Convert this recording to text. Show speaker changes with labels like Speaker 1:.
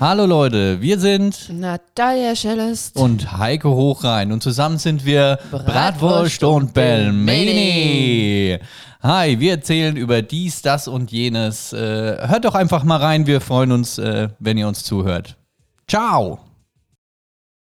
Speaker 1: Hallo Leute, wir sind
Speaker 2: Natalia Schellest.
Speaker 1: und Heike Hochrein und zusammen sind wir Bratwurst
Speaker 2: Bratwurst
Speaker 1: und
Speaker 2: und
Speaker 1: Belmeni. Hi, wir erzählen über dies, das und jenes. Äh, hört doch einfach mal rein, wir freuen uns, äh, wenn ihr uns zuhört. Ciao!